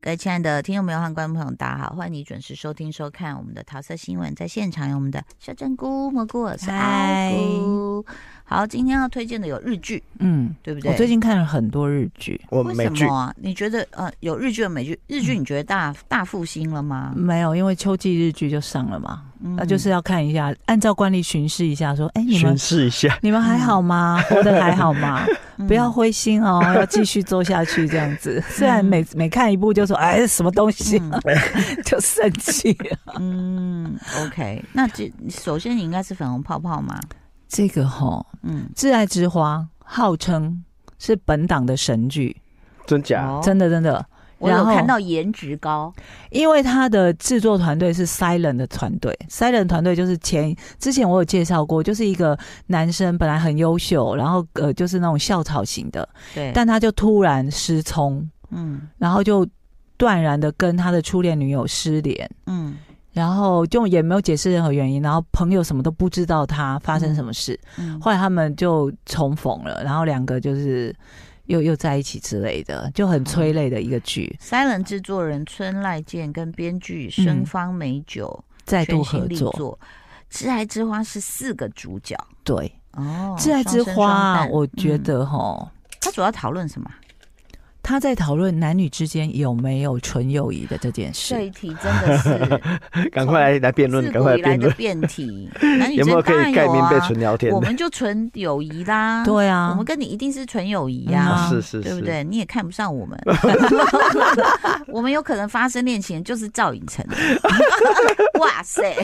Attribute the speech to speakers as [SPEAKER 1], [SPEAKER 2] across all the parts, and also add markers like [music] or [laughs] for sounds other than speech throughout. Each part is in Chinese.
[SPEAKER 1] 各位亲爱的听众朋友和观众朋友，大家好，欢迎你准时收听收看我们的桃色新闻，在现场有我们的小珍菇、蘑菇，我是阿
[SPEAKER 2] 嗨
[SPEAKER 1] 菇。好，今天要推荐的有日剧，
[SPEAKER 2] 嗯，
[SPEAKER 1] 对不对？
[SPEAKER 2] 我最近看了很多日剧，嗯
[SPEAKER 3] 我
[SPEAKER 1] 为
[SPEAKER 3] 美
[SPEAKER 1] 什
[SPEAKER 3] 剧
[SPEAKER 1] 么啊？你觉得呃，有日剧的美剧，日剧你觉得大、大复兴了吗？
[SPEAKER 2] 没有，因为秋季日剧就上了嘛，
[SPEAKER 1] 嗯
[SPEAKER 2] 嗯那就是要看一下，按照惯例巡视一下，说，哎，你
[SPEAKER 3] 宣
[SPEAKER 2] 们
[SPEAKER 3] 示一下，
[SPEAKER 2] 你们还
[SPEAKER 1] [laughs]
[SPEAKER 2] 好吗？活得还好吗？
[SPEAKER 1] 嗯
[SPEAKER 2] 不要灰心哦，要继续做下去这样子。虽然每每看一部就说，哎，什么东西啊， [laughs] 就生气了。
[SPEAKER 1] 嗯，OK。那这首先你应该是粉红泡泡嘛？
[SPEAKER 2] 这个吼，
[SPEAKER 1] 嗯，
[SPEAKER 2] 《挚爱之花》号称是本档的神剧，
[SPEAKER 3] 真假？
[SPEAKER 1] 哦
[SPEAKER 2] 真的真的，
[SPEAKER 1] 我有
[SPEAKER 2] 然后
[SPEAKER 1] 看到颜值高，
[SPEAKER 2] 因为它的制作团队是 Silent 的团队，Silent 团队就是前之前我有介绍过，就是一个男生本来很优秀，然后呃就是那种校草型的，
[SPEAKER 1] 对，
[SPEAKER 2] 但他就突然失聪，
[SPEAKER 1] 嗯
[SPEAKER 2] 然后就断然的跟他的初恋女友失联。
[SPEAKER 1] 嗯
[SPEAKER 2] 然后就也没有解释任何原因，然后朋友什么都不知道他发生什么事，
[SPEAKER 1] 嗯，
[SPEAKER 2] 后来他们就重逢了，然后两个就是又又在一起之类的，就很催泪的一个剧，
[SPEAKER 1] Silent 制作人村濑健跟编剧
[SPEAKER 3] 嗯
[SPEAKER 1] 生方美酒、
[SPEAKER 2] 再
[SPEAKER 1] 全
[SPEAKER 2] 度合
[SPEAKER 1] 心力
[SPEAKER 2] 作。
[SPEAKER 1] 作，《挚爱之花》是四个主角
[SPEAKER 2] 对，
[SPEAKER 1] 哦，
[SPEAKER 2] 《挚爱之
[SPEAKER 1] 双生
[SPEAKER 2] 花
[SPEAKER 1] 双》
[SPEAKER 2] 啊，
[SPEAKER 1] 蛋
[SPEAKER 2] 我觉
[SPEAKER 1] 嗯
[SPEAKER 2] 得哈，
[SPEAKER 1] 他主要讨论什么啊？
[SPEAKER 2] 他在讨论男女之间有没有纯友谊的这件
[SPEAKER 1] 这
[SPEAKER 2] 事。
[SPEAKER 1] 一题真的是
[SPEAKER 3] [laughs] 赶快来来辩
[SPEAKER 1] 自
[SPEAKER 3] 论，赶
[SPEAKER 1] 古
[SPEAKER 3] 快
[SPEAKER 1] 以来
[SPEAKER 3] 辩
[SPEAKER 1] 的
[SPEAKER 3] 论，
[SPEAKER 1] 辩
[SPEAKER 3] [laughs]
[SPEAKER 1] 题，男女
[SPEAKER 3] 有没有
[SPEAKER 1] 真
[SPEAKER 3] 可以
[SPEAKER 1] 当
[SPEAKER 3] 盖
[SPEAKER 1] 然有
[SPEAKER 3] 棉被
[SPEAKER 1] 啊，
[SPEAKER 3] 纯聊天
[SPEAKER 1] 我
[SPEAKER 3] 的？
[SPEAKER 1] 们就纯友谊啦，
[SPEAKER 2] 对
[SPEAKER 1] 我
[SPEAKER 2] 啊
[SPEAKER 1] 们，跟你一定是纯友谊
[SPEAKER 2] 嗯
[SPEAKER 1] 呀
[SPEAKER 2] 啊，
[SPEAKER 3] 是是是，
[SPEAKER 1] 对不对？你也看不上我
[SPEAKER 3] [laughs]
[SPEAKER 1] 们， [laughs] 我们有可能发生恋情就是赵寅
[SPEAKER 3] [laughs]
[SPEAKER 1] 成，哇塞，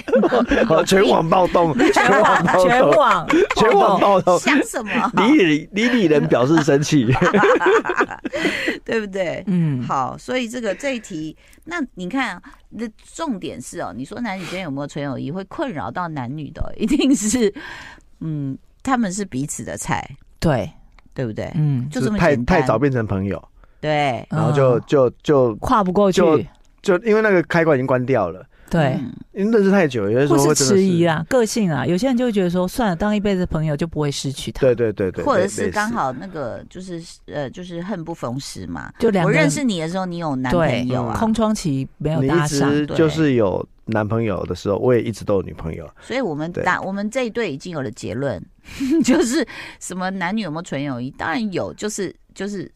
[SPEAKER 3] 好？全网暴
[SPEAKER 1] [laughs]
[SPEAKER 3] 动，全网暴
[SPEAKER 2] 全
[SPEAKER 3] 动，
[SPEAKER 2] 网
[SPEAKER 3] [laughs] 全网暴动。
[SPEAKER 1] 想什么？
[SPEAKER 3] 李李李李人表示生气，
[SPEAKER 1] [laughs] 对不对？
[SPEAKER 2] 嗯，
[SPEAKER 1] 好，所以这个这一题，那你看、啊，那重点是哦，你说男女间有没有纯友谊，会困扰到男女的哦、一定是，嗯，他们是彼此的菜，
[SPEAKER 2] 对，
[SPEAKER 1] 对不对？
[SPEAKER 2] 嗯，
[SPEAKER 1] [laughs] 就这么
[SPEAKER 3] 太
[SPEAKER 1] 简单
[SPEAKER 3] 太早变成朋友，
[SPEAKER 1] 对，
[SPEAKER 3] 然后就
[SPEAKER 2] 嗯
[SPEAKER 3] 就就
[SPEAKER 2] 跨不过去，
[SPEAKER 3] 就就因为那个开关已经关掉了，
[SPEAKER 2] 对，
[SPEAKER 1] 嗯
[SPEAKER 3] 因为认识太久，有些时
[SPEAKER 2] 或
[SPEAKER 3] 候会
[SPEAKER 2] 是
[SPEAKER 3] 真的
[SPEAKER 2] 迟疑
[SPEAKER 3] 是，
[SPEAKER 2] 啦，个性啊，有些人就会觉得说，算了，当一辈子朋友就不会失去他，
[SPEAKER 3] 对对对对，
[SPEAKER 1] 或者
[SPEAKER 3] 类
[SPEAKER 1] 是刚。
[SPEAKER 3] 类似
[SPEAKER 1] 好那个就是呃，就是恨不逢时嘛。
[SPEAKER 2] 就两
[SPEAKER 1] 我
[SPEAKER 2] 个人
[SPEAKER 1] 认识你的时候，你有男
[SPEAKER 2] 对
[SPEAKER 1] 朋友啊，
[SPEAKER 3] 嗯
[SPEAKER 2] 空窗期没有
[SPEAKER 3] 你
[SPEAKER 2] 搭
[SPEAKER 3] 一
[SPEAKER 2] 上，
[SPEAKER 3] 直
[SPEAKER 1] 对
[SPEAKER 3] 就是有男朋友的时候，我也一直都有女朋友，
[SPEAKER 1] 所以我们
[SPEAKER 3] 对
[SPEAKER 1] 打我们这一对已经有了结论， [laughs] 就是什么男女有没有纯友谊？当然有，就是就是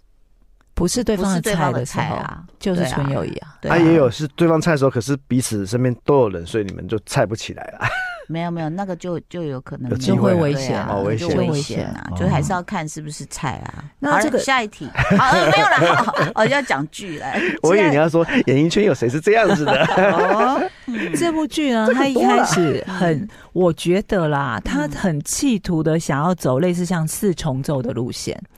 [SPEAKER 2] 不是对
[SPEAKER 1] 不
[SPEAKER 2] 方
[SPEAKER 1] 是
[SPEAKER 2] 的
[SPEAKER 1] 对方
[SPEAKER 2] 菜
[SPEAKER 1] 的
[SPEAKER 2] 的时
[SPEAKER 1] 菜
[SPEAKER 2] 候，
[SPEAKER 1] 啊，
[SPEAKER 2] 就是
[SPEAKER 1] 对啊
[SPEAKER 2] 纯友谊啊，
[SPEAKER 1] 对
[SPEAKER 3] 啊
[SPEAKER 1] 啊，
[SPEAKER 3] 也有是对方菜的时候，可是彼此身边都有人，所以你们就菜不起来啊了。
[SPEAKER 2] [laughs] 啊
[SPEAKER 1] 没有没有，那个就就有可能
[SPEAKER 3] 有
[SPEAKER 1] 没
[SPEAKER 3] 机会
[SPEAKER 1] 对啊
[SPEAKER 2] 危险
[SPEAKER 1] 那
[SPEAKER 3] 哦危
[SPEAKER 1] 就
[SPEAKER 3] 险
[SPEAKER 1] 危
[SPEAKER 2] 危
[SPEAKER 1] 险
[SPEAKER 2] 险
[SPEAKER 1] 啊，
[SPEAKER 3] 哦
[SPEAKER 1] 就还是要看是不是菜啊。
[SPEAKER 2] [laughs] 那
[SPEAKER 1] 好了
[SPEAKER 2] 这个
[SPEAKER 1] 下一题，好，呃没有了， [laughs] 好哦，要讲剧了。
[SPEAKER 3] 我以为你
[SPEAKER 1] 要
[SPEAKER 3] 要说演艺圈有谁是这样
[SPEAKER 2] [laughs]
[SPEAKER 3] 子的，
[SPEAKER 1] 哦，嗯
[SPEAKER 2] 这部剧呢，它一开始很，我觉得啦，它
[SPEAKER 1] 嗯
[SPEAKER 2] 很企图的想要走类似像四重奏的路线。
[SPEAKER 1] 嗯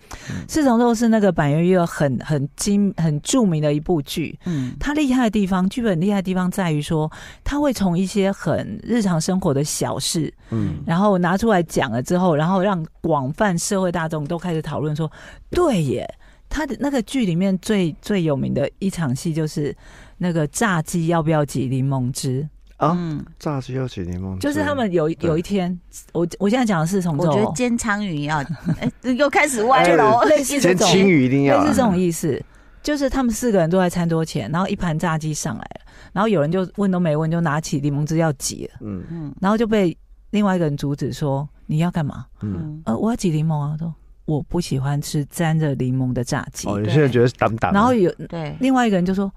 [SPEAKER 2] 四重奏是那个板垣佑很很精很著名的一部剧。
[SPEAKER 1] 嗯
[SPEAKER 2] 它厉害的地方，剧本厉害的地方在于说，它会从一些很日常生活的小事，
[SPEAKER 3] 嗯，
[SPEAKER 2] 然后拿出来讲了之后，然后让广泛社会大众都开始讨论说，对耶，他的那个剧里面最最有名的一场戏就是那个炸鸡要不要挤柠檬汁，
[SPEAKER 3] 啊
[SPEAKER 1] 嗯，
[SPEAKER 3] 炸鸡又起柠檬汁，
[SPEAKER 2] 就是他们有
[SPEAKER 3] 对
[SPEAKER 2] 有一天，我我现在讲的是从
[SPEAKER 1] 我
[SPEAKER 2] 这
[SPEAKER 1] 觉得
[SPEAKER 2] 种，
[SPEAKER 1] 煎鲳鱼要， [laughs] 哎，又开始歪哦楼，
[SPEAKER 2] 类似这
[SPEAKER 3] 前
[SPEAKER 2] 种，
[SPEAKER 3] 青
[SPEAKER 2] 类
[SPEAKER 3] 鱼一定要啊，
[SPEAKER 2] 似这种意思，就是他们四个人坐在餐桌前，然后一盘炸鸡上来了，然后有人就问都没问就拿起柠檬汁要挤了，
[SPEAKER 3] 嗯
[SPEAKER 1] 嗯
[SPEAKER 2] 然后就被另外一个人阻止说你要干嘛？
[SPEAKER 3] 嗯。
[SPEAKER 1] 嗯，
[SPEAKER 2] 呃，我要挤柠檬啊，都我不喜欢吃沾着柠檬的炸鸡，
[SPEAKER 3] 哦，有些人觉得是挡挡，
[SPEAKER 2] 然后有
[SPEAKER 1] 嗯对，
[SPEAKER 2] 另外一个人就说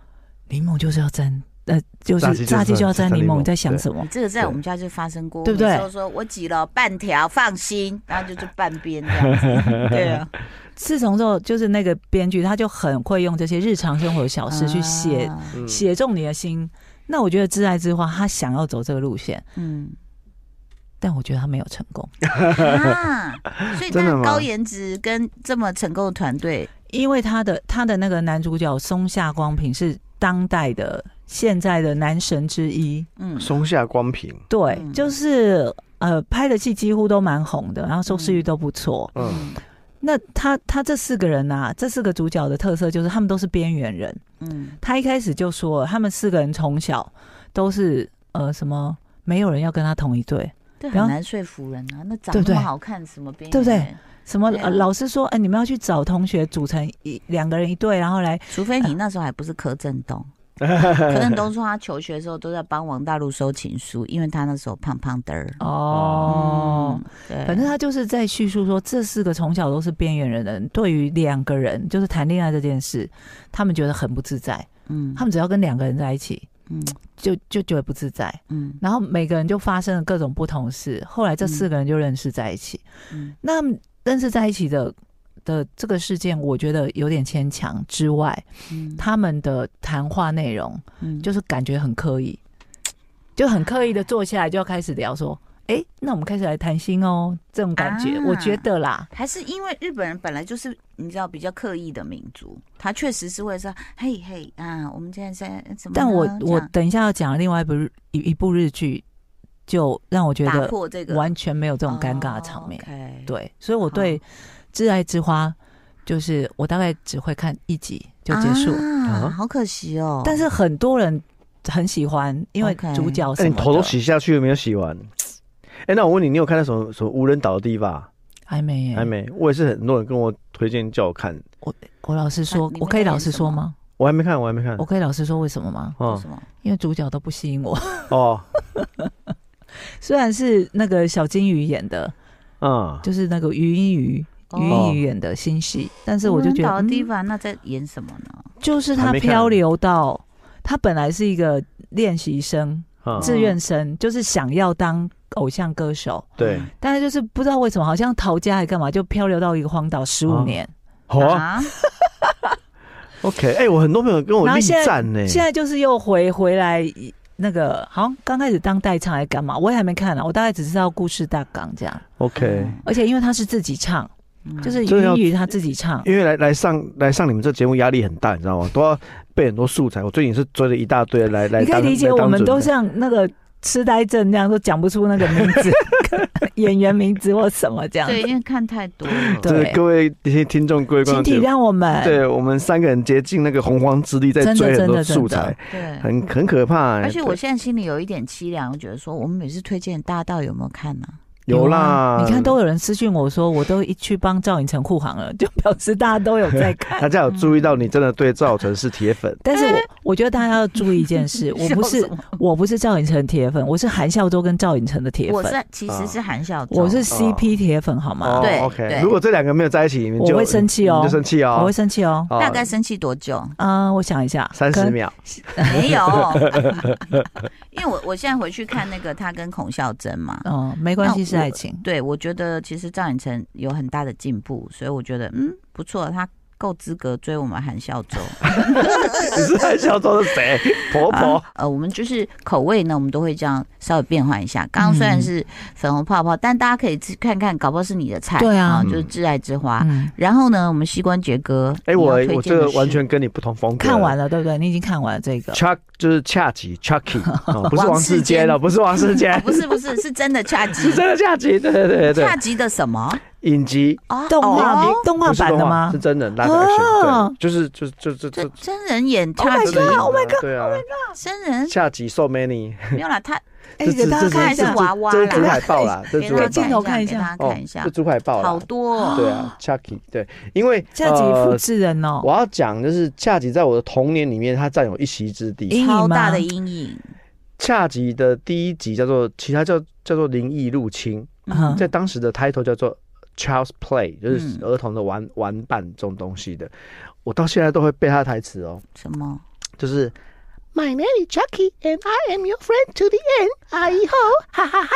[SPEAKER 2] 柠檬就是要沾呃，就
[SPEAKER 3] 炸鸡
[SPEAKER 2] 是
[SPEAKER 3] 就是
[SPEAKER 2] 炸鸡就要
[SPEAKER 3] 沾
[SPEAKER 2] 沾柠
[SPEAKER 3] 柠
[SPEAKER 2] 檬，
[SPEAKER 3] 檬
[SPEAKER 2] 你在想什么
[SPEAKER 1] 你？这个在我们家就发生过，
[SPEAKER 2] 对不对
[SPEAKER 1] 我说说我挤了半条，放心，然后就就半边这样
[SPEAKER 2] [laughs]
[SPEAKER 1] 子，对啊，
[SPEAKER 2] 自从之后，就是那个编剧他就很会用这些日常生活的小
[SPEAKER 1] 老
[SPEAKER 2] 事去写、
[SPEAKER 1] 啊
[SPEAKER 3] 嗯
[SPEAKER 2] 写中你的心。那我觉得《挚爱之花》他想要走这个路线， [laughs]
[SPEAKER 1] 嗯
[SPEAKER 2] 但我觉得他没有成功，
[SPEAKER 1] 啊，所以
[SPEAKER 3] 真的
[SPEAKER 1] 那
[SPEAKER 3] 吗
[SPEAKER 1] 高颜值跟这么成功的团队，
[SPEAKER 2] 因为他的他的那个男主角松下光平是当代的现在的男神之一，
[SPEAKER 1] 嗯，
[SPEAKER 3] 松下光平，
[SPEAKER 2] 对，
[SPEAKER 1] 嗯
[SPEAKER 2] 就是呃拍的戏几乎都蛮红的，然后收视率都不错。
[SPEAKER 3] 嗯，
[SPEAKER 2] 那他他这四个人啊，这四个主角的特色就是他们都是边缘人。
[SPEAKER 1] 嗯
[SPEAKER 2] 他一开始就说了，他们四个人从小都是呃什么，没有人要跟他同一队，
[SPEAKER 1] 这
[SPEAKER 2] 然
[SPEAKER 1] 很
[SPEAKER 2] 后
[SPEAKER 1] 难说服人啊，那长
[SPEAKER 2] 对不
[SPEAKER 1] 那
[SPEAKER 2] 对
[SPEAKER 1] 么好看，什么边
[SPEAKER 2] 对
[SPEAKER 1] 缘
[SPEAKER 2] 不对
[SPEAKER 1] 人？
[SPEAKER 2] 什么、
[SPEAKER 1] 对啊
[SPEAKER 2] 呃老师说，哎、你们要去找同学组成一两个人一队，然后来
[SPEAKER 1] 除非你那时候还不是柯震
[SPEAKER 3] [laughs]
[SPEAKER 1] 东。柯震东说他求学的时候都在帮王大陆收情书，因为他那时候胖胖的儿。
[SPEAKER 2] 哦。
[SPEAKER 1] 嗯，对，
[SPEAKER 2] 反正他就是在叙述说，这四个从小都是边缘人的人，对于两个人就是谈恋爱这件事，他们觉得很不自在。
[SPEAKER 1] 嗯，
[SPEAKER 2] 他们只要跟两个人在一起，
[SPEAKER 1] 嗯
[SPEAKER 2] 就就觉得不自在。
[SPEAKER 1] 嗯
[SPEAKER 2] 然后每个人就发生了各种不同事，后来这
[SPEAKER 1] 嗯
[SPEAKER 2] 四个人就认识在一起。
[SPEAKER 1] 嗯
[SPEAKER 2] 那认识在一起的的这个事件，我觉得有点牵强之外，
[SPEAKER 1] 嗯，
[SPEAKER 2] 他们的谈话内容
[SPEAKER 1] 嗯
[SPEAKER 2] 就是感觉很刻意，就很刻意的坐下来就要开始聊说，哎、那我们开始来谈心哦，这种感觉，
[SPEAKER 1] 啊
[SPEAKER 2] 我觉得啦，
[SPEAKER 1] 还是因为日本人本来就是你知道比较刻意的民族，他确实是会说嘿嘿啊，我们现在在怎么呢？
[SPEAKER 2] 但我我
[SPEAKER 1] 这样
[SPEAKER 2] 等一下要讲另外一部日一一部日剧，就让我觉
[SPEAKER 1] 打
[SPEAKER 2] 得
[SPEAKER 1] 破这个哦
[SPEAKER 2] 完全没有这种尴尬的场面。
[SPEAKER 1] 面，
[SPEAKER 2] 对，所以我对《挚爱之花》就是我大概只会看一集就结束，
[SPEAKER 1] 啊，
[SPEAKER 3] 啊
[SPEAKER 1] 好可惜哦。
[SPEAKER 2] 但是很多人很喜欢，因为
[SPEAKER 1] OK
[SPEAKER 2] 主角
[SPEAKER 3] 哎，
[SPEAKER 2] 什
[SPEAKER 3] 你
[SPEAKER 2] 么的
[SPEAKER 3] 头都洗下去了没有洗完？哎，那我问你，你有看到什么什么无人岛的地方啊？
[SPEAKER 2] 还没耶
[SPEAKER 3] 还。没，我也是很多人跟我推荐叫我看，
[SPEAKER 2] 我老实
[SPEAKER 1] 啊
[SPEAKER 2] 说
[SPEAKER 1] 你，
[SPEAKER 2] 我
[SPEAKER 1] 没
[SPEAKER 2] 可以
[SPEAKER 1] 有
[SPEAKER 2] 老
[SPEAKER 1] 演
[SPEAKER 2] 实
[SPEAKER 1] 什
[SPEAKER 2] 说
[SPEAKER 1] 么
[SPEAKER 2] 吗？
[SPEAKER 3] 我还没看，我还没看
[SPEAKER 2] 我。可以老实说为什么吗？
[SPEAKER 1] 为
[SPEAKER 3] 哦
[SPEAKER 1] 什么？
[SPEAKER 2] 因为主角都不吸引我， [laughs]
[SPEAKER 3] 哦，
[SPEAKER 2] 虽然是那个小金鱼演的，
[SPEAKER 3] 嗯，
[SPEAKER 2] 就是那个余英鱼。余
[SPEAKER 1] 哦
[SPEAKER 2] 英鱼演的新戏，但是我就
[SPEAKER 1] 无人
[SPEAKER 2] 觉
[SPEAKER 1] 岛
[SPEAKER 2] 得，
[SPEAKER 1] 的地
[SPEAKER 2] 嗯、
[SPEAKER 1] 方那在演什么呢？
[SPEAKER 2] 就是
[SPEAKER 3] 还
[SPEAKER 2] 他
[SPEAKER 3] 没看
[SPEAKER 2] 漂流到，他本来是一个练习生、
[SPEAKER 3] 嗯
[SPEAKER 2] 志愿生，就是想要当偶像歌手，
[SPEAKER 3] 对，
[SPEAKER 2] 但是就是不知道为什么，好像逃家还干嘛，就漂流到一个荒岛十五
[SPEAKER 3] 啊
[SPEAKER 2] 年。
[SPEAKER 3] 好啊
[SPEAKER 1] 啊，
[SPEAKER 3] ，OK，哎，我很多朋友跟我
[SPEAKER 2] 然后
[SPEAKER 3] 力
[SPEAKER 2] 现在
[SPEAKER 3] 战呢，
[SPEAKER 2] 现在就是又回回来那个，好像刚开始当代唱还干嘛，我也还没看呢、我大概只知道故事大纲这样。
[SPEAKER 3] OK，
[SPEAKER 2] 而且因为他是自己唱，
[SPEAKER 1] 嗯
[SPEAKER 2] 就是
[SPEAKER 3] 这要
[SPEAKER 2] 英语他自己唱，
[SPEAKER 3] 因为来来上来上你们这节目压力很大，你
[SPEAKER 2] [laughs]
[SPEAKER 3] 知道吗？都要背很多素材，我最近是追了一大堆来来
[SPEAKER 2] 你可
[SPEAKER 3] 当。
[SPEAKER 2] 以理解
[SPEAKER 3] 来当
[SPEAKER 2] 我们
[SPEAKER 3] 准
[SPEAKER 2] 都
[SPEAKER 3] 的
[SPEAKER 2] 像那个痴呆症那样，都讲不出那个名
[SPEAKER 3] [laughs]
[SPEAKER 2] 字、演员名字或什么这样。
[SPEAKER 1] 对，因为看太多了。 [laughs]
[SPEAKER 2] 对
[SPEAKER 3] 就是各位听听众、各位观
[SPEAKER 2] 请
[SPEAKER 3] 众
[SPEAKER 2] 体
[SPEAKER 3] 节目，
[SPEAKER 2] 谅我们。
[SPEAKER 3] 对我们三个人竭尽那个洪荒之力，在
[SPEAKER 2] 真的
[SPEAKER 3] 追很多
[SPEAKER 2] 真的真的
[SPEAKER 3] 素材，
[SPEAKER 1] 对，
[SPEAKER 3] 很很可怕欸。
[SPEAKER 1] 而且
[SPEAKER 3] 对
[SPEAKER 1] 我现在心里有一点凄凉，我觉得说我们每次推荐大家到底有没有看呢、
[SPEAKER 3] 有
[SPEAKER 2] 啊
[SPEAKER 3] 啦，
[SPEAKER 2] 你看都有人私讯我说，我都一去帮赵寅成护航了，就表示大家都有在看。
[SPEAKER 3] 大家有注意到，你真的对赵晨是铁粉
[SPEAKER 2] 但是我我觉得大家要注意一件
[SPEAKER 1] [laughs]
[SPEAKER 2] 事，我不
[SPEAKER 1] 哎笑
[SPEAKER 2] 是
[SPEAKER 1] 什么
[SPEAKER 2] 我不是赵寅成铁粉，我是韩孝周跟赵寅成的铁
[SPEAKER 1] 我
[SPEAKER 2] 粉，啊
[SPEAKER 1] 是其实是韩孝周，
[SPEAKER 2] 我是 CP 铁粉，好吗？
[SPEAKER 3] 哦
[SPEAKER 1] 对对
[SPEAKER 3] OK，如果这两个没有在一起，你们就
[SPEAKER 2] 我会生气哦
[SPEAKER 3] 你就生气哦，
[SPEAKER 2] 我会生气哦。
[SPEAKER 3] 哦
[SPEAKER 1] 大概生气多久？
[SPEAKER 2] [laughs] 啊、我想一下，
[SPEAKER 3] 三
[SPEAKER 2] 可
[SPEAKER 3] 十
[SPEAKER 2] 能
[SPEAKER 3] 秒。
[SPEAKER 1] [laughs] 没有，
[SPEAKER 2] [laughs]
[SPEAKER 1] 因为我我现在回去看那个他跟孔孝真嘛，
[SPEAKER 2] 哦，没关
[SPEAKER 1] 那
[SPEAKER 2] 系，是
[SPEAKER 1] 我
[SPEAKER 2] 爱情。
[SPEAKER 1] 对我觉得其实赵寅成有很大的进步，所以我觉得嗯不错，他够资格追我们韩孝周。
[SPEAKER 3] 你是在笑周是谁？婆婆
[SPEAKER 1] 啊。呃，我们就是口味呢，我们都会这样稍微变换一下。刚刚虽
[SPEAKER 3] 嗯
[SPEAKER 1] 然是粉红泡泡，但大家可以去看看，搞不好是你的菜。
[SPEAKER 2] 对啊
[SPEAKER 1] 就是挚爱之花。
[SPEAKER 2] 嗯，
[SPEAKER 1] 然后呢，我们膝关节哥，
[SPEAKER 3] 哎，
[SPEAKER 1] 你要
[SPEAKER 3] 我
[SPEAKER 1] 推
[SPEAKER 3] 我
[SPEAKER 1] 荐
[SPEAKER 3] 这
[SPEAKER 1] 的
[SPEAKER 3] 个
[SPEAKER 1] 是
[SPEAKER 3] 完全跟你不同风格。
[SPEAKER 2] 看完了，对不对？你已经看完了这个。
[SPEAKER 3] Chuck 就是恰吉 Chucky，
[SPEAKER 2] [laughs]
[SPEAKER 3] 哦不是王世坚了，
[SPEAKER 1] 王
[SPEAKER 3] 不是王世
[SPEAKER 1] 哦
[SPEAKER 3] 坚，
[SPEAKER 1] [laughs] 不是不是是真的恰吉
[SPEAKER 3] [laughs] 是，真的恰吉。对对对对对
[SPEAKER 1] 恰，吉的什么
[SPEAKER 3] 影集
[SPEAKER 1] 啊？
[SPEAKER 2] 动画、
[SPEAKER 1] 哦
[SPEAKER 2] 动画
[SPEAKER 3] 不是
[SPEAKER 2] 版的
[SPEAKER 3] 动画
[SPEAKER 2] 吗
[SPEAKER 3] 是？真人 live
[SPEAKER 2] 哦
[SPEAKER 3] action，对，就是就是就就
[SPEAKER 1] 这
[SPEAKER 3] 就。
[SPEAKER 1] 真人演
[SPEAKER 3] ，Oh
[SPEAKER 1] 恰
[SPEAKER 2] 哎
[SPEAKER 1] 吉，
[SPEAKER 3] 真人
[SPEAKER 2] Oh
[SPEAKER 3] 演的对啊，
[SPEAKER 1] 真人
[SPEAKER 3] 下集 so many，
[SPEAKER 1] 没有啦，他
[SPEAKER 2] 哎，给大家
[SPEAKER 3] 这
[SPEAKER 2] 看一
[SPEAKER 1] 这
[SPEAKER 2] 下
[SPEAKER 1] 这。娃娃啦
[SPEAKER 3] 这
[SPEAKER 1] 哎
[SPEAKER 3] 是竹海豹啦， [laughs] 这
[SPEAKER 1] 给
[SPEAKER 3] 是竹
[SPEAKER 1] 大家
[SPEAKER 3] 海
[SPEAKER 2] 镜
[SPEAKER 3] 豹，哦
[SPEAKER 2] 头
[SPEAKER 1] 看
[SPEAKER 2] 看
[SPEAKER 1] 一
[SPEAKER 2] 一
[SPEAKER 1] 下，给大
[SPEAKER 2] 下
[SPEAKER 1] 家看一下
[SPEAKER 3] 这，竹海豹
[SPEAKER 1] 好
[SPEAKER 3] 啦，
[SPEAKER 1] 多哦
[SPEAKER 3] 对啊，Chucky，对，因为
[SPEAKER 2] 下集复
[SPEAKER 3] 呃
[SPEAKER 2] 制人哦，
[SPEAKER 3] 我要讲就是恰吉在我的童年里面，它占有一席之地。
[SPEAKER 2] 阴
[SPEAKER 1] 超
[SPEAKER 2] 影吗
[SPEAKER 1] 大的阴影。
[SPEAKER 3] 恰吉的第一集叫做，其他叫叫做《灵异入侵
[SPEAKER 2] 嗯》，
[SPEAKER 3] 在当时的 title 叫做 Child's Play，就是
[SPEAKER 1] 嗯
[SPEAKER 3] 儿童的玩玩伴这种东西的。我到现在都会背他的台词哦，
[SPEAKER 1] 什么？ [laughs]
[SPEAKER 3] 就是
[SPEAKER 4] My name is Chucky, and I am your friend to the end. 啊以后，哈哈哈！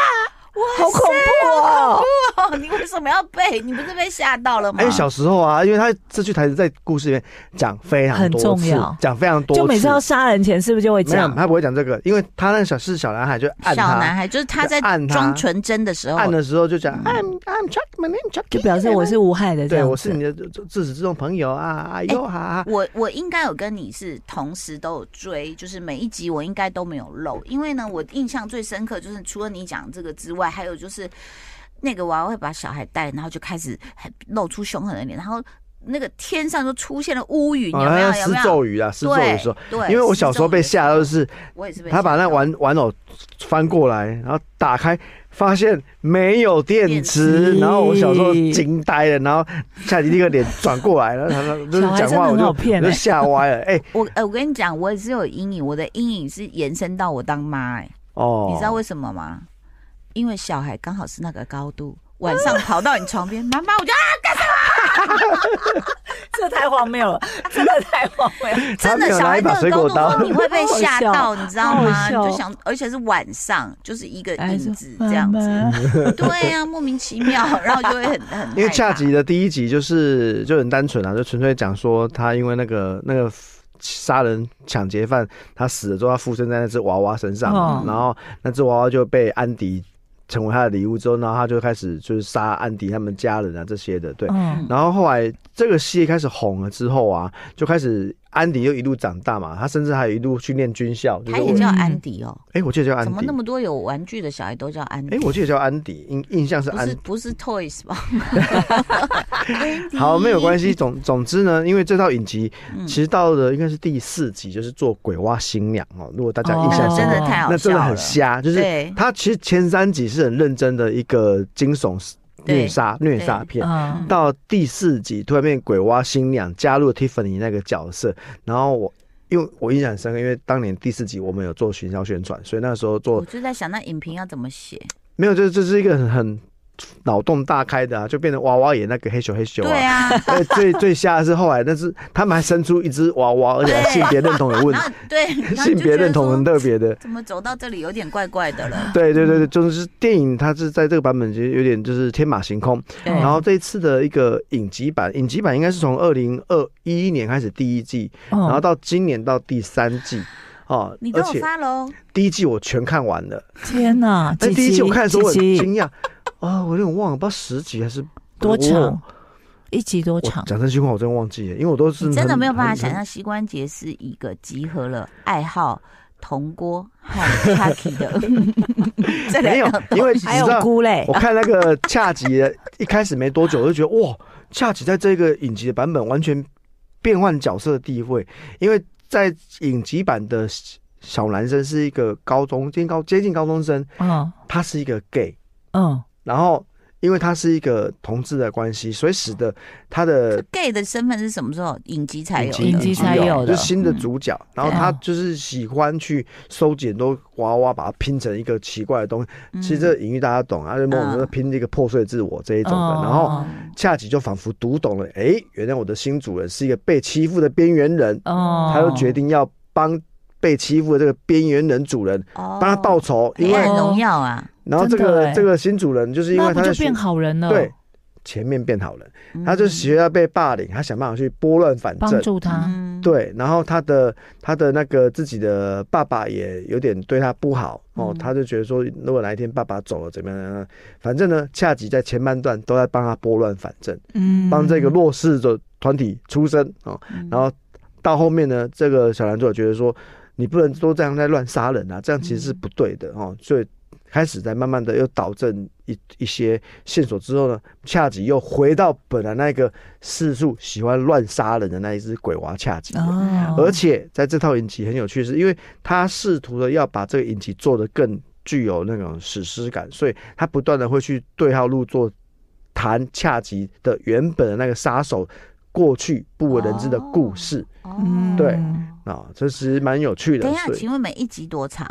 [SPEAKER 1] 好恐怖哦！好恐怖哦！你为什么要背？你不是被吓到了吗？
[SPEAKER 3] 还有小时候啊，因为他这句台词在故事里面讲非常
[SPEAKER 2] 很
[SPEAKER 3] 多
[SPEAKER 2] 重
[SPEAKER 3] 次
[SPEAKER 2] 要，
[SPEAKER 3] 讲非常多次，
[SPEAKER 2] 就每次要杀人前是不是就会
[SPEAKER 3] 没有
[SPEAKER 2] 讲？
[SPEAKER 3] 他不会讲这个，因为他那小是小男孩就按
[SPEAKER 1] 小男
[SPEAKER 3] 他
[SPEAKER 1] 孩就是他在
[SPEAKER 3] 按他
[SPEAKER 1] 装纯真的时候，
[SPEAKER 3] 按的时候就讲，哎
[SPEAKER 4] I'm I'm Chucky, my name is Chucky.
[SPEAKER 2] 嗯就表示我是无害的这
[SPEAKER 3] 对
[SPEAKER 2] 样子。
[SPEAKER 3] 我是你的自自始至终朋友啊，哎呦哈，
[SPEAKER 1] 我我应该有跟你是同时都有追，就是每一集我应该都没有漏，因为呢，我印象最深刻就是除了你讲这个之外，还有就是那个娃娃会把小孩带，然后就开始很露出凶狠的脸，然后那个天上就出现了乌云，有没有？
[SPEAKER 3] 像
[SPEAKER 1] 有
[SPEAKER 3] 施
[SPEAKER 1] 没有？
[SPEAKER 3] 咒语啊，施咒语的时
[SPEAKER 1] 对
[SPEAKER 3] 候，，
[SPEAKER 1] 对，
[SPEAKER 3] 因为我小时候被吓到，
[SPEAKER 1] 施咒语的时
[SPEAKER 3] 就是
[SPEAKER 1] 候，我也是被
[SPEAKER 3] 他把
[SPEAKER 1] 吓到
[SPEAKER 3] 那玩玩偶翻过来，然后打开，发现没有电池，
[SPEAKER 2] 电池
[SPEAKER 3] 然后我小时候惊呆了，然后夏迪立刻脸转过来了，然后他就是
[SPEAKER 2] 小孩
[SPEAKER 3] 讲
[SPEAKER 2] 真的
[SPEAKER 3] 话我
[SPEAKER 2] 很
[SPEAKER 3] 就
[SPEAKER 2] 好骗
[SPEAKER 3] 我就
[SPEAKER 2] 欸
[SPEAKER 3] 吓歪了，哎
[SPEAKER 1] 我，呃，我跟你讲，我也是有阴影，我的阴影是延伸到我当妈、哎。
[SPEAKER 3] 哦，
[SPEAKER 1] 你知道为什么吗？因为小孩刚好是那个高度，晚上跑到你床
[SPEAKER 3] [laughs]
[SPEAKER 1] 边，妈妈，我就啊，
[SPEAKER 2] 这太荒谬了，真的太荒谬了。
[SPEAKER 3] 他
[SPEAKER 1] 真的
[SPEAKER 3] 没有
[SPEAKER 1] 小
[SPEAKER 3] 拿
[SPEAKER 1] 孩
[SPEAKER 3] 一
[SPEAKER 1] 那
[SPEAKER 3] 把
[SPEAKER 1] 个
[SPEAKER 3] 水
[SPEAKER 1] 高
[SPEAKER 3] 果
[SPEAKER 1] 度
[SPEAKER 3] 刀
[SPEAKER 1] 说，你会被吓到，
[SPEAKER 2] 好
[SPEAKER 1] 你知道吗？
[SPEAKER 2] 好
[SPEAKER 1] 你
[SPEAKER 2] 笑
[SPEAKER 1] 就想，而且是晚上，就是一个
[SPEAKER 2] 哎
[SPEAKER 1] 影子
[SPEAKER 2] 说
[SPEAKER 1] 这样子，
[SPEAKER 2] 妈妈
[SPEAKER 1] [laughs] 对啊，莫名其
[SPEAKER 3] [laughs]
[SPEAKER 1] 妙，然后就会很很害怕
[SPEAKER 3] 因为下集的第一集就是就很单纯啊，就纯粹讲说他因为那个那个杀人抢劫犯他死了之后，他附身在那只娃娃身上嘛，
[SPEAKER 1] 哦
[SPEAKER 2] 嗯
[SPEAKER 3] 然后那只娃娃就被安迪成为他的礼物之后，然后他就开始就是杀安迪他们家人啊这些的，对。
[SPEAKER 2] [laughs] 嗯，
[SPEAKER 3] 然后后来这个戏开始红了之后啊，就开始安迪又一路长大嘛，他甚至还有一路去念军校。就
[SPEAKER 1] 他
[SPEAKER 3] 是
[SPEAKER 1] 也
[SPEAKER 3] 我
[SPEAKER 1] 叫安迪哦，
[SPEAKER 3] 哎，我记得叫安
[SPEAKER 1] 怎么
[SPEAKER 3] 迪
[SPEAKER 1] 那，么多有玩具的小孩都叫安迪
[SPEAKER 3] 哎，？我记得叫安迪，印印象是
[SPEAKER 1] 不
[SPEAKER 3] 安
[SPEAKER 1] 是不是 Toys 吧？ [laughs]
[SPEAKER 3] 好，没有关系。总总之呢，因为这套影集
[SPEAKER 1] 嗯
[SPEAKER 3] 其实到了应该是第四集，就是做鬼蛙新娘哦。如果大家印象
[SPEAKER 1] 那
[SPEAKER 2] 哦
[SPEAKER 1] [laughs] 真
[SPEAKER 3] 深刻，
[SPEAKER 1] 的太好笑了，
[SPEAKER 3] 那真的很瞎。就是
[SPEAKER 1] 对
[SPEAKER 3] 它其实前三集是很认真的一个惊悚
[SPEAKER 1] 对
[SPEAKER 3] 虐杀虐杀片。
[SPEAKER 2] 嗯，
[SPEAKER 3] 到第四集，突然变鬼蛙新娘加入了 Tiffany 那个角色，然后我因为我印象很深刻，因为当年第四集我们有做行销宣传，所以那时候做
[SPEAKER 1] 我就在想那影评要怎么写。
[SPEAKER 3] 没有，这这是一个很很脑洞大开的啊，就变成娃娃演那个黑咻黑咻
[SPEAKER 1] 对啊，
[SPEAKER 3] 呃，最最瞎的是后来，但是他们还生出一只娃娃，而且还性别认同有问
[SPEAKER 1] 然后对， [laughs] 然后
[SPEAKER 3] 题，
[SPEAKER 1] 就
[SPEAKER 3] [laughs] 性别认同很
[SPEAKER 1] 觉得
[SPEAKER 3] 特别的
[SPEAKER 1] 说。怎么走到这里有点怪怪的了？
[SPEAKER 3] 对对对对，就是电影它是在这个版本其实有点就是天马行空。
[SPEAKER 1] 对
[SPEAKER 3] 然后这一次的一个影集版，影集版应该是从二零二一年开始第一季，然后
[SPEAKER 2] 嗯
[SPEAKER 3] 到今年到第三季。哦
[SPEAKER 1] 哦你，都
[SPEAKER 3] 而
[SPEAKER 1] 有
[SPEAKER 3] 且
[SPEAKER 1] 发喽，
[SPEAKER 3] 第一季我全看完了，
[SPEAKER 2] 天哪，几
[SPEAKER 3] 但哎第一
[SPEAKER 2] 集
[SPEAKER 3] 季我看的时候我很
[SPEAKER 2] 几集
[SPEAKER 3] 惊讶，啊，我有点忘了，不知道十集还是
[SPEAKER 2] 多
[SPEAKER 3] 我
[SPEAKER 2] 长？一集多
[SPEAKER 3] 哦我
[SPEAKER 2] 长？
[SPEAKER 3] 讲真心话，我真忘记了，因为我都是
[SPEAKER 1] [laughs]
[SPEAKER 3] 嗯
[SPEAKER 1] 你真的
[SPEAKER 3] 很
[SPEAKER 1] 没有办法
[SPEAKER 3] 很
[SPEAKER 1] 想
[SPEAKER 3] 很
[SPEAKER 1] 象膝关节是一个集合了爱好铜锅和 Chucky
[SPEAKER 3] [laughs]
[SPEAKER 1] 的这
[SPEAKER 3] 嗯没
[SPEAKER 1] [laughs]
[SPEAKER 3] 有
[SPEAKER 1] 两个。，
[SPEAKER 3] 因为你
[SPEAKER 2] 还
[SPEAKER 3] 知
[SPEAKER 2] 有
[SPEAKER 3] 道，
[SPEAKER 2] 菇类
[SPEAKER 3] 我，看那个恰吉的一开始没多久，我就觉得哇，恰吉在这个影集的版本完全变换角色的地位，因为在影集版的小男生是一个高中接近高接近高中生，
[SPEAKER 2] 嗯
[SPEAKER 3] 他是一个 gay，
[SPEAKER 2] 嗯，
[SPEAKER 3] 然后因为他是一个同志的关系，所以使得他的
[SPEAKER 1] gay 的身份是什么时候？影集才有的，哦
[SPEAKER 2] 影集才有的嗯
[SPEAKER 3] 就是新的主角。然后
[SPEAKER 2] 对啊
[SPEAKER 3] 他就是喜欢去收集很多娃娃，把它拼成一个奇怪的东西。
[SPEAKER 1] 嗯
[SPEAKER 3] 其实这隐喻大家懂啊，就某种程度
[SPEAKER 1] 嗯
[SPEAKER 3] 拼这个破碎自我这一种的。
[SPEAKER 2] 哦
[SPEAKER 3] 然后恰吉就仿佛读懂了，诶，原来我的新主人是一个被欺负的边缘人，
[SPEAKER 2] 哦，
[SPEAKER 3] 他就决定要帮。被欺负的这个边缘人主人
[SPEAKER 1] 帮
[SPEAKER 3] 帮他报仇，因
[SPEAKER 1] 黑
[SPEAKER 3] 为
[SPEAKER 1] 暗哦荣耀啊，
[SPEAKER 3] 然后这
[SPEAKER 2] 哦哎真的
[SPEAKER 3] 个
[SPEAKER 2] 欸
[SPEAKER 3] 这个新主人就是因为
[SPEAKER 2] 那不
[SPEAKER 3] 他在
[SPEAKER 2] 就
[SPEAKER 3] 学
[SPEAKER 2] 变好人了？
[SPEAKER 3] 对，前面变好人，
[SPEAKER 1] 嗯
[SPEAKER 3] 他就学要被霸凌，他想办法去拨乱反
[SPEAKER 2] 帮
[SPEAKER 3] 正，
[SPEAKER 2] 助他，
[SPEAKER 1] 嗯，
[SPEAKER 3] 对，然后他的他的那个自己的爸爸也有点对他不好哦，
[SPEAKER 1] 嗯
[SPEAKER 3] 他就觉得说，如果哪一天爸爸走了怎么样怎么样，反正呢，恰吉在前半段都在帮他拨乱反正，
[SPEAKER 2] 嗯
[SPEAKER 3] 帮这个弱势的团体出声哦，
[SPEAKER 1] 嗯
[SPEAKER 3] 然后到后面呢，这个小男主角觉得说，你不能都这样在乱杀人啊，这样其实是不对的哦，所以开始在慢慢的又导正一一些线索之后呢，恰吉又回到本来那个四处喜欢乱杀人的那一只鬼娃恰吉了。
[SPEAKER 2] 哦，
[SPEAKER 3] 而且在这套影集很有趣的是，因为他试图的要把这个影集做得更具有那种史诗感，所以他不断的会去对号入座，谈恰吉的原本的那个杀手过去不为人知的故事
[SPEAKER 1] 哦
[SPEAKER 2] 嗯
[SPEAKER 3] 对啊、这其实蛮有趣的
[SPEAKER 1] 等一。下，
[SPEAKER 3] 所以
[SPEAKER 1] 请问每一集多长？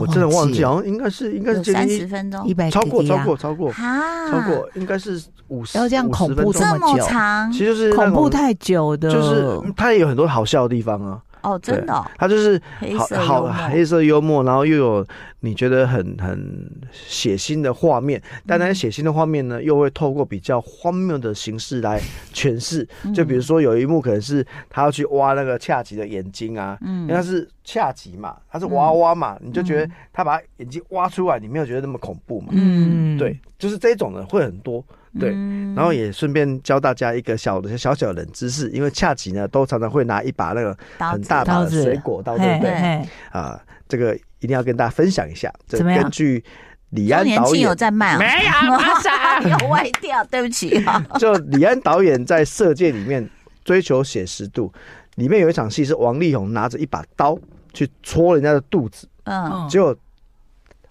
[SPEAKER 3] 我真的忘记，好像应该是应该是
[SPEAKER 1] 有
[SPEAKER 3] 接
[SPEAKER 1] 三
[SPEAKER 3] 近
[SPEAKER 1] 十分钟
[SPEAKER 2] 一，百
[SPEAKER 3] 一超过
[SPEAKER 1] 啊
[SPEAKER 3] 超过超过
[SPEAKER 1] 哈
[SPEAKER 3] 超过，应该是五十，
[SPEAKER 2] 啊要这样恐怖
[SPEAKER 3] 50分钟
[SPEAKER 1] 这
[SPEAKER 2] 这么
[SPEAKER 1] 么
[SPEAKER 2] 久
[SPEAKER 1] 长
[SPEAKER 3] 其，实就是那
[SPEAKER 2] 恐
[SPEAKER 3] 种
[SPEAKER 2] 怖太久的，
[SPEAKER 3] 就是它也有很多好笑的地方啊。
[SPEAKER 1] 哦，真的哦，
[SPEAKER 3] 他就是
[SPEAKER 1] 黑色
[SPEAKER 3] 好
[SPEAKER 1] 幽默
[SPEAKER 3] 好黑色幽默，然后又有你觉得很很血腥的画面，但
[SPEAKER 1] 嗯
[SPEAKER 3] 那些血腥的画面呢，又会透过比较荒谬的形式
[SPEAKER 1] [laughs]
[SPEAKER 3] 来诠释。
[SPEAKER 1] 嗯
[SPEAKER 3] 就比如说有一幕可能是他要去挖那个恰吉的眼睛啊，因为他
[SPEAKER 1] 嗯，
[SPEAKER 3] 是恰吉嘛，他是娃娃嘛，你就觉得他把眼睛挖出来，你没有觉得那么恐怖嘛？
[SPEAKER 2] 嗯，
[SPEAKER 3] 对，就是这种的会很多。对，
[SPEAKER 1] 嗯
[SPEAKER 3] 然后也顺便教大家一个小的小小的冷知识，因为恰吉呢都常常会拿一把那个
[SPEAKER 1] 刀
[SPEAKER 3] 很
[SPEAKER 1] 子
[SPEAKER 3] 大把
[SPEAKER 2] 刀
[SPEAKER 3] 的
[SPEAKER 2] 子
[SPEAKER 3] 水果刀，对
[SPEAKER 2] 嘿
[SPEAKER 3] 不对？
[SPEAKER 2] 嘿，
[SPEAKER 3] 啊、这个一定要跟大家分享一下。这
[SPEAKER 2] 怎么样
[SPEAKER 3] 根据李
[SPEAKER 1] 周
[SPEAKER 3] 安
[SPEAKER 1] 年
[SPEAKER 3] 导
[SPEAKER 1] 庆有
[SPEAKER 3] 演，
[SPEAKER 1] 在卖啊？ [laughs] 没有，马上又歪掉， [laughs] 对不起啊。
[SPEAKER 3] 就李安导演在《色戒》里面追求写实度，里面有一场戏是王力宏拿着一把刀去戳人家的肚子，
[SPEAKER 1] 嗯，
[SPEAKER 2] 嗯
[SPEAKER 3] 结果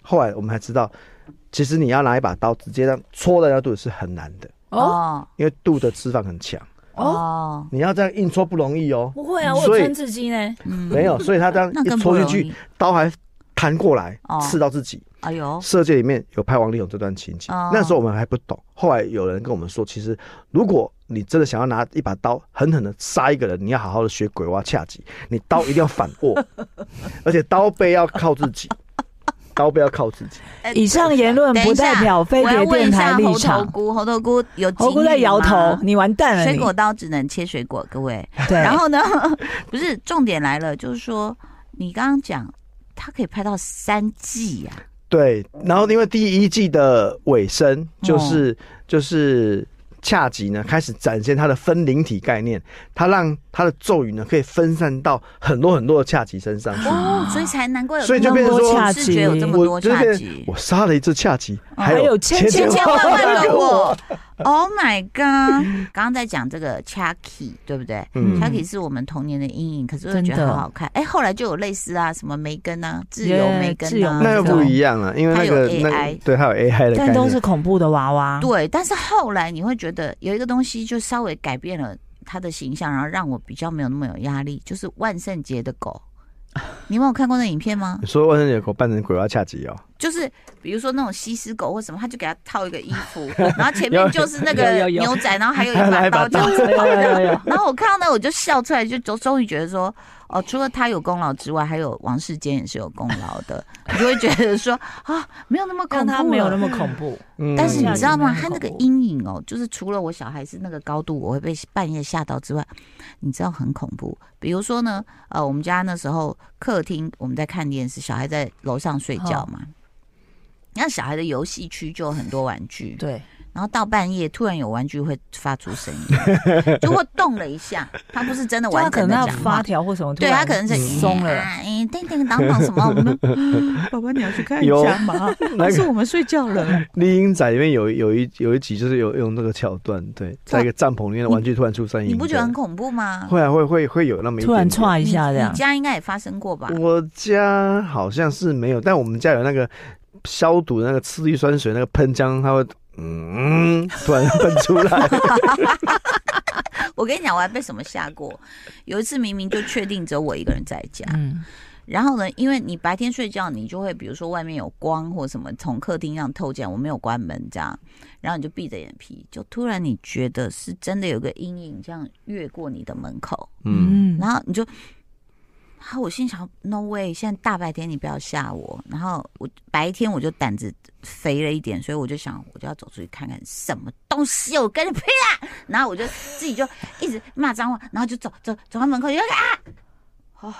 [SPEAKER 3] 后来我们才知道，其实你要拿一把刀直接这样戳人家肚子是很难的，
[SPEAKER 2] [laughs] 哦
[SPEAKER 3] 因为肚的脂肪很强，
[SPEAKER 1] [laughs]
[SPEAKER 2] 哦，
[SPEAKER 1] 哦，
[SPEAKER 3] 你要这样硬戳不容易哦。
[SPEAKER 5] 不会啊，我有
[SPEAKER 3] 所以
[SPEAKER 5] 穿刺激呢。
[SPEAKER 1] 嗯
[SPEAKER 3] 没有，所以他这样
[SPEAKER 1] 那
[SPEAKER 3] 一
[SPEAKER 1] 更不
[SPEAKER 3] 戳进
[SPEAKER 1] 容
[SPEAKER 3] 去
[SPEAKER 1] 易，。
[SPEAKER 3] 刀还弹过来
[SPEAKER 1] 哦，
[SPEAKER 3] 刺到自己。
[SPEAKER 1] 哎呦，
[SPEAKER 3] 色戒里面有拍王力宏这段情节，
[SPEAKER 1] 哦
[SPEAKER 3] 那时候我们还不懂。后来有人跟我们说，其实如果你真的想要拿一把刀狠狠的杀一个人，你要好好的学鬼娃恰吉，你刀一定要反握，而且刀背要靠自己，刀背要靠自己。
[SPEAKER 1] 哎
[SPEAKER 2] 以上言论
[SPEAKER 1] 等一
[SPEAKER 2] 不代
[SPEAKER 1] 下
[SPEAKER 2] 表飞
[SPEAKER 1] 我要
[SPEAKER 2] 碟
[SPEAKER 1] 问
[SPEAKER 2] 电
[SPEAKER 1] 一
[SPEAKER 2] 台
[SPEAKER 1] 下
[SPEAKER 2] 立
[SPEAKER 1] 猴头
[SPEAKER 2] 场。
[SPEAKER 1] 菇，猴头菇有
[SPEAKER 2] 猴
[SPEAKER 1] 警
[SPEAKER 2] 姑在
[SPEAKER 1] 语
[SPEAKER 2] 摇头
[SPEAKER 1] 吗，
[SPEAKER 2] 你完蛋了你，
[SPEAKER 1] 水果刀只能切水果，各位。
[SPEAKER 2] 对，
[SPEAKER 1] 然后呢， [laughs] 不是重点来了，就是说你刚刚讲他可以拍到三季啊呀、
[SPEAKER 3] 对，然后因为第一季的尾声就是、就是恰吉呢开始展现他的分灵体概念，他让他的咒语呢可以分散到很多很多的恰吉身上去。
[SPEAKER 1] 哦，所以才难怪有
[SPEAKER 3] 所以
[SPEAKER 1] 这
[SPEAKER 3] 就
[SPEAKER 1] 么
[SPEAKER 3] 变成
[SPEAKER 1] 多
[SPEAKER 3] 说
[SPEAKER 1] 视觉有这么
[SPEAKER 3] 嗯我
[SPEAKER 1] 多
[SPEAKER 3] 这
[SPEAKER 1] 差
[SPEAKER 3] 边
[SPEAKER 1] 距，
[SPEAKER 3] 我杀了一只恰吉，
[SPEAKER 1] 嗯
[SPEAKER 3] 还
[SPEAKER 2] 还有
[SPEAKER 3] 有
[SPEAKER 2] 千千
[SPEAKER 1] 千
[SPEAKER 3] 千
[SPEAKER 1] 千万万
[SPEAKER 3] 给
[SPEAKER 1] 个我。Oh my god！刚刚在讲这个 Chucky，对不对
[SPEAKER 3] 嗯
[SPEAKER 1] ？Chucky 是我们童年的阴影，可是我觉得
[SPEAKER 2] 真的
[SPEAKER 1] 很好看。哎，后来就有类似啊，什么梅根啊，自由梅
[SPEAKER 2] 自
[SPEAKER 1] 根
[SPEAKER 2] 由
[SPEAKER 1] 啊，
[SPEAKER 3] 那又不一样了，因为那个
[SPEAKER 1] 它有
[SPEAKER 3] 那
[SPEAKER 1] AI
[SPEAKER 3] 个对，还有 AI 的概
[SPEAKER 2] 但都是
[SPEAKER 3] 念。
[SPEAKER 2] 恐怖的娃娃。
[SPEAKER 1] 对，但是后来你会觉得有一个东西就稍微改变了他的形象，然后让我比较没有那么有压力，就是万圣节的狗。你们有看过那影片吗？
[SPEAKER 3] 你说万圣节狗扮成鬼娃恰吉哦，
[SPEAKER 1] 就是比如说那种西施狗或什么，他就给它套一个衣服，然后前面就是那
[SPEAKER 2] 有有
[SPEAKER 1] 个
[SPEAKER 2] 有
[SPEAKER 1] 牛仔，然后还有一
[SPEAKER 3] 还有
[SPEAKER 1] 把
[SPEAKER 3] 一
[SPEAKER 1] 刀
[SPEAKER 3] 把
[SPEAKER 1] 这样子
[SPEAKER 2] 有有有有
[SPEAKER 1] 然后我看到那我就笑出来，就终终于觉得说，哦，除了他有功劳之外，还有王世坚也是有功劳的，你就会觉得说啊，没有那么恐
[SPEAKER 2] [laughs] 让
[SPEAKER 1] 怖
[SPEAKER 2] 他没有那
[SPEAKER 1] 么。
[SPEAKER 2] 么恐怖，
[SPEAKER 3] 嗯
[SPEAKER 1] 但是你知道吗？
[SPEAKER 2] 嗯
[SPEAKER 1] 他那个阴影哦，就是除了我小孩是那个高度，我会被半夜吓到之外，你知道很恐怖。比如说呢，呃，我们家那时候客厅我们在看电视，小孩在楼上睡觉
[SPEAKER 2] 哦
[SPEAKER 1] 嘛。那小孩的游戏区就有很多玩具，
[SPEAKER 2] 对，
[SPEAKER 1] 然后到半夜突然有玩具会发出声音，就会动了一下，他不是真的
[SPEAKER 2] 就他
[SPEAKER 1] 完
[SPEAKER 2] 可
[SPEAKER 1] 整
[SPEAKER 2] 能
[SPEAKER 1] 的
[SPEAKER 2] 要
[SPEAKER 1] 讲
[SPEAKER 2] 发
[SPEAKER 1] 话。
[SPEAKER 2] 条或什么，嗯
[SPEAKER 1] 对他可能是
[SPEAKER 2] 松 [laughs] 了，
[SPEAKER 1] 哎，叮叮当当什么？我们
[SPEAKER 4] 爸爸，你要去看
[SPEAKER 3] 一
[SPEAKER 4] 一
[SPEAKER 1] [laughs]
[SPEAKER 3] 下
[SPEAKER 4] 下嘛？
[SPEAKER 3] 那
[SPEAKER 4] 还是
[SPEAKER 3] 个
[SPEAKER 4] 我们睡觉了？
[SPEAKER 3] 《 [laughs] 丽鹰仔》里面有有一有一集就是有用这个桥段，对，在一个帐篷里面的玩具突然出声音，
[SPEAKER 1] 你不觉得很
[SPEAKER 3] 对
[SPEAKER 1] 恐怖吗？
[SPEAKER 3] 会啊会会会有那么一
[SPEAKER 2] 突然
[SPEAKER 3] 点点
[SPEAKER 2] 歘一
[SPEAKER 1] 你
[SPEAKER 2] 下这样
[SPEAKER 1] 你。家应该也发生过吧？
[SPEAKER 3] 我家好像是没有，但我们家有那个消毒的那个次氯酸水那个喷枪，它会嗯突然喷出来。
[SPEAKER 1] 我跟你讲，我还被什么吓过？有一次明明就确定只有我一个人在家，
[SPEAKER 2] 嗯，
[SPEAKER 1] 然后呢，因为你白天睡觉，你就会比如说外面有光或什么从客厅上透进来，我没有关门这样，然后你就闭着眼皮，就突然你觉得是真的有个阴影这样越过你的门口，
[SPEAKER 3] 嗯，
[SPEAKER 1] 然后你就，然后我心想，no way，现在大白天你不要吓我。然后我白天我就胆子肥了一点，所以我就想，我就要走出去看看什么东西，我跟你拼了！然后我就自己就一直骂脏话，然后就走走走到门口就啊，哦，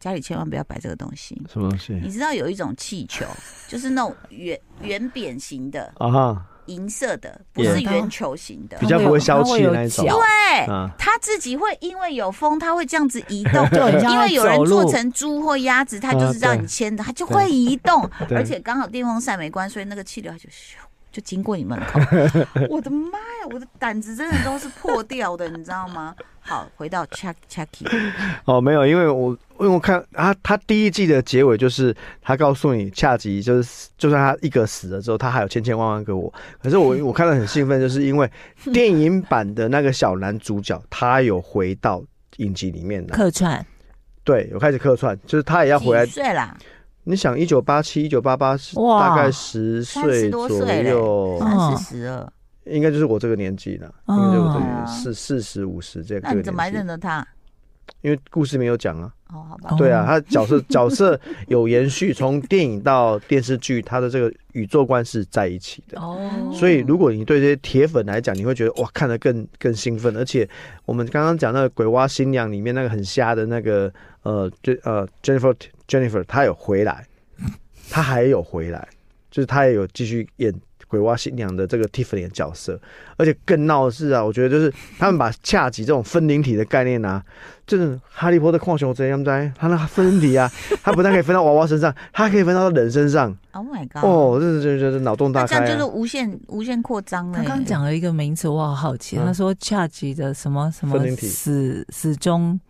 [SPEAKER 1] 家里千万不要摆这个东西。
[SPEAKER 3] 什么东西
[SPEAKER 1] 你知道有一种气球，就是那种圆圆扁形的、
[SPEAKER 3] 啊哈？
[SPEAKER 1] 银色的，不是
[SPEAKER 3] 嗯
[SPEAKER 1] 圆球形的
[SPEAKER 3] 比。较不会消气的那一
[SPEAKER 2] 它
[SPEAKER 3] 种
[SPEAKER 2] 会有脚
[SPEAKER 1] 对，
[SPEAKER 3] 啊，
[SPEAKER 1] 它自己会因为有风，它会这样子移
[SPEAKER 2] [laughs]
[SPEAKER 1] 动，
[SPEAKER 2] 就很像
[SPEAKER 1] 因为有
[SPEAKER 2] 它走
[SPEAKER 1] 人
[SPEAKER 2] 路
[SPEAKER 1] 做成猪或鸭子，它就是让你牵着，它就会移动，而且刚好电风扇没关，所以那个气流它就咻就经过你
[SPEAKER 2] [laughs]
[SPEAKER 1] 门口。我的妈呀，我的胆子真的都是破掉的，你知道吗？好，回到 Chuck Chucky，
[SPEAKER 3] 哦，没有，因为我因为我看啊，他第一季的结尾就是他告诉你，恰吉就是就算他一个死了之后，他还有千千万万个我。可是我
[SPEAKER 1] [laughs]
[SPEAKER 3] 我看了很兴奋，就是因为电影版的那个小男主角，他有回到影集里面来，
[SPEAKER 2] 客串，
[SPEAKER 3] 对，有开始客串，就是他也要回来
[SPEAKER 1] 几岁啦？
[SPEAKER 3] 你想，一九八七、一九八八是
[SPEAKER 2] 哇
[SPEAKER 3] 大概十岁
[SPEAKER 1] 30多
[SPEAKER 3] 左
[SPEAKER 1] 岁嘞
[SPEAKER 3] 右，
[SPEAKER 1] 三
[SPEAKER 2] 嗯
[SPEAKER 1] 四十二，
[SPEAKER 3] 应该就是我这个年纪了，应该就是我这个年
[SPEAKER 1] 哦
[SPEAKER 3] 四四十五十这个
[SPEAKER 1] 那
[SPEAKER 3] 这
[SPEAKER 1] 你
[SPEAKER 3] 个
[SPEAKER 1] 怎么还认
[SPEAKER 3] 年纪。
[SPEAKER 1] 得他？
[SPEAKER 3] 因为故事没有讲啊。
[SPEAKER 1] 哦，好吧
[SPEAKER 2] 哦，
[SPEAKER 3] 对啊，他角色角色有延续，从电影到电视剧，他的这个宇宙观是在一起的。
[SPEAKER 2] 哦
[SPEAKER 3] 所
[SPEAKER 1] 嗯
[SPEAKER 3] 以，如果你对这些铁粉来讲，你会觉得哇，看得更更兴奋。而且，我们刚刚讲那个《鬼蛙新娘》里面那个很瞎的那个呃，就呃 Jennifer Jennifer，她有回
[SPEAKER 1] [laughs]
[SPEAKER 3] 来，她还有回来，就是她也有继续演《鬼蛙新娘》的这个 Tiffany 的角色。而且更闹的是啊，我觉得就是他们把恰吉这种分灵体的概念啊，就是哈利波特矿熊这样在，他那分灵
[SPEAKER 1] [laughs]
[SPEAKER 3] 体啊，他不但可以分到娃娃身上，他还可以分到人身上。
[SPEAKER 1] ，Oh my god，
[SPEAKER 3] 哦，这是这这这脑洞大
[SPEAKER 1] 那这
[SPEAKER 3] 开、啊。
[SPEAKER 1] 样就是无限无限扩张了
[SPEAKER 2] 他
[SPEAKER 1] 耶。
[SPEAKER 2] 刚讲了一个名词，我好好奇。
[SPEAKER 3] 嗯
[SPEAKER 2] 他说 “charge” 的什么什么
[SPEAKER 3] 分灵体嗯
[SPEAKER 2] 死死忠，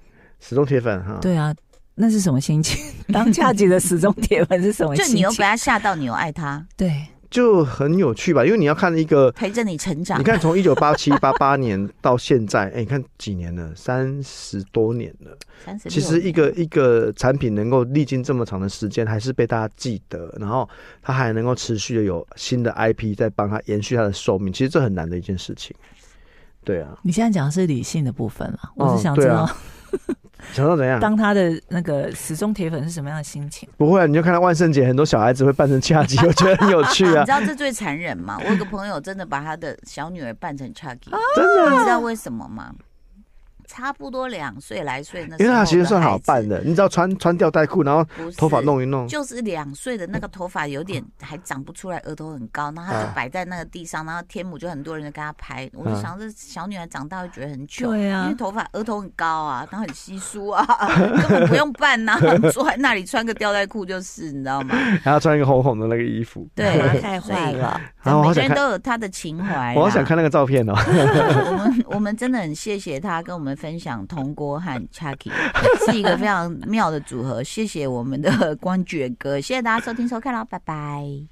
[SPEAKER 3] 始终铁粉哈，
[SPEAKER 2] 对啊，那是什么心情？ [laughs] 当 charge 的死忠铁粉是什么
[SPEAKER 1] 就哦你
[SPEAKER 2] 心
[SPEAKER 1] 又被
[SPEAKER 2] 情？
[SPEAKER 1] 他吓到，你又爱他，
[SPEAKER 2] 对，
[SPEAKER 3] 就很有趣吧？因为你要看一个，
[SPEAKER 1] 陪着你成长
[SPEAKER 3] 你。看从一九八七 [laughs] 八八年到现在，哎、你看几年了，三十多年了。
[SPEAKER 1] 三十，
[SPEAKER 3] 其实一个一个产品能够历经这么长的时间，还是被大家记得，然后它还能够持续的有新的 IP 在帮它延续它的寿命，其实这很难的一件事情。对啊，
[SPEAKER 2] 你现在讲的是理性的部分了，我
[SPEAKER 3] 哦
[SPEAKER 2] 是想知
[SPEAKER 3] 对
[SPEAKER 2] 道、
[SPEAKER 3] 啊嗯想到怎样？
[SPEAKER 2] 当他的那个死忠铁粉是什么样的心情。
[SPEAKER 3] 不会、啊，你就看到万圣节很多小孩子会扮成恰吉，
[SPEAKER 1] [laughs]
[SPEAKER 3] 我觉得很有趣
[SPEAKER 1] 你
[SPEAKER 3] 啊
[SPEAKER 1] 知，道这最残忍吗？我有个朋友真的把他的小女儿扮成 Chucky，、
[SPEAKER 3] 真的
[SPEAKER 1] 你
[SPEAKER 3] 啊、
[SPEAKER 1] 知道为什么吗？差不多两岁来岁那时候，
[SPEAKER 3] 因为它其实算好扮，的，你只要穿穿吊带裤，然后
[SPEAKER 1] 不是
[SPEAKER 3] 头发。弄一弄，
[SPEAKER 1] 就是两岁的那个头发有点还长不出来，额头很高，然后他就摆在那个地上，然后天母就很多人就跟他拍。我就
[SPEAKER 3] 啊
[SPEAKER 1] 想这小女孩长大会觉得很糗，
[SPEAKER 2] 对啊
[SPEAKER 1] 因为，头发额头很高啊，然后很稀疏啊， [laughs] 根本不用扮呐、 [laughs] 坐在那里穿个吊带裤就是，你知道吗？
[SPEAKER 3] 然后穿一个红红的那个衣服。 [laughs]
[SPEAKER 1] 对，啊
[SPEAKER 2] 太坏了。
[SPEAKER 3] 然后我
[SPEAKER 1] 每
[SPEAKER 3] 好
[SPEAKER 1] 个
[SPEAKER 3] 想
[SPEAKER 1] 人
[SPEAKER 3] 看，
[SPEAKER 1] 都有他的情怀。
[SPEAKER 3] [laughs] 我好想看。那个照片
[SPEAKER 1] [laughs]
[SPEAKER 3] 哦。
[SPEAKER 1] 我们我们真的很谢谢他跟我们分享铜锅和
[SPEAKER 3] [laughs]
[SPEAKER 1] Chucky，是一个非 [laughs] 常妙的组合。谢谢我们的光觉哥，谢谢大家收听收看喽，拜拜。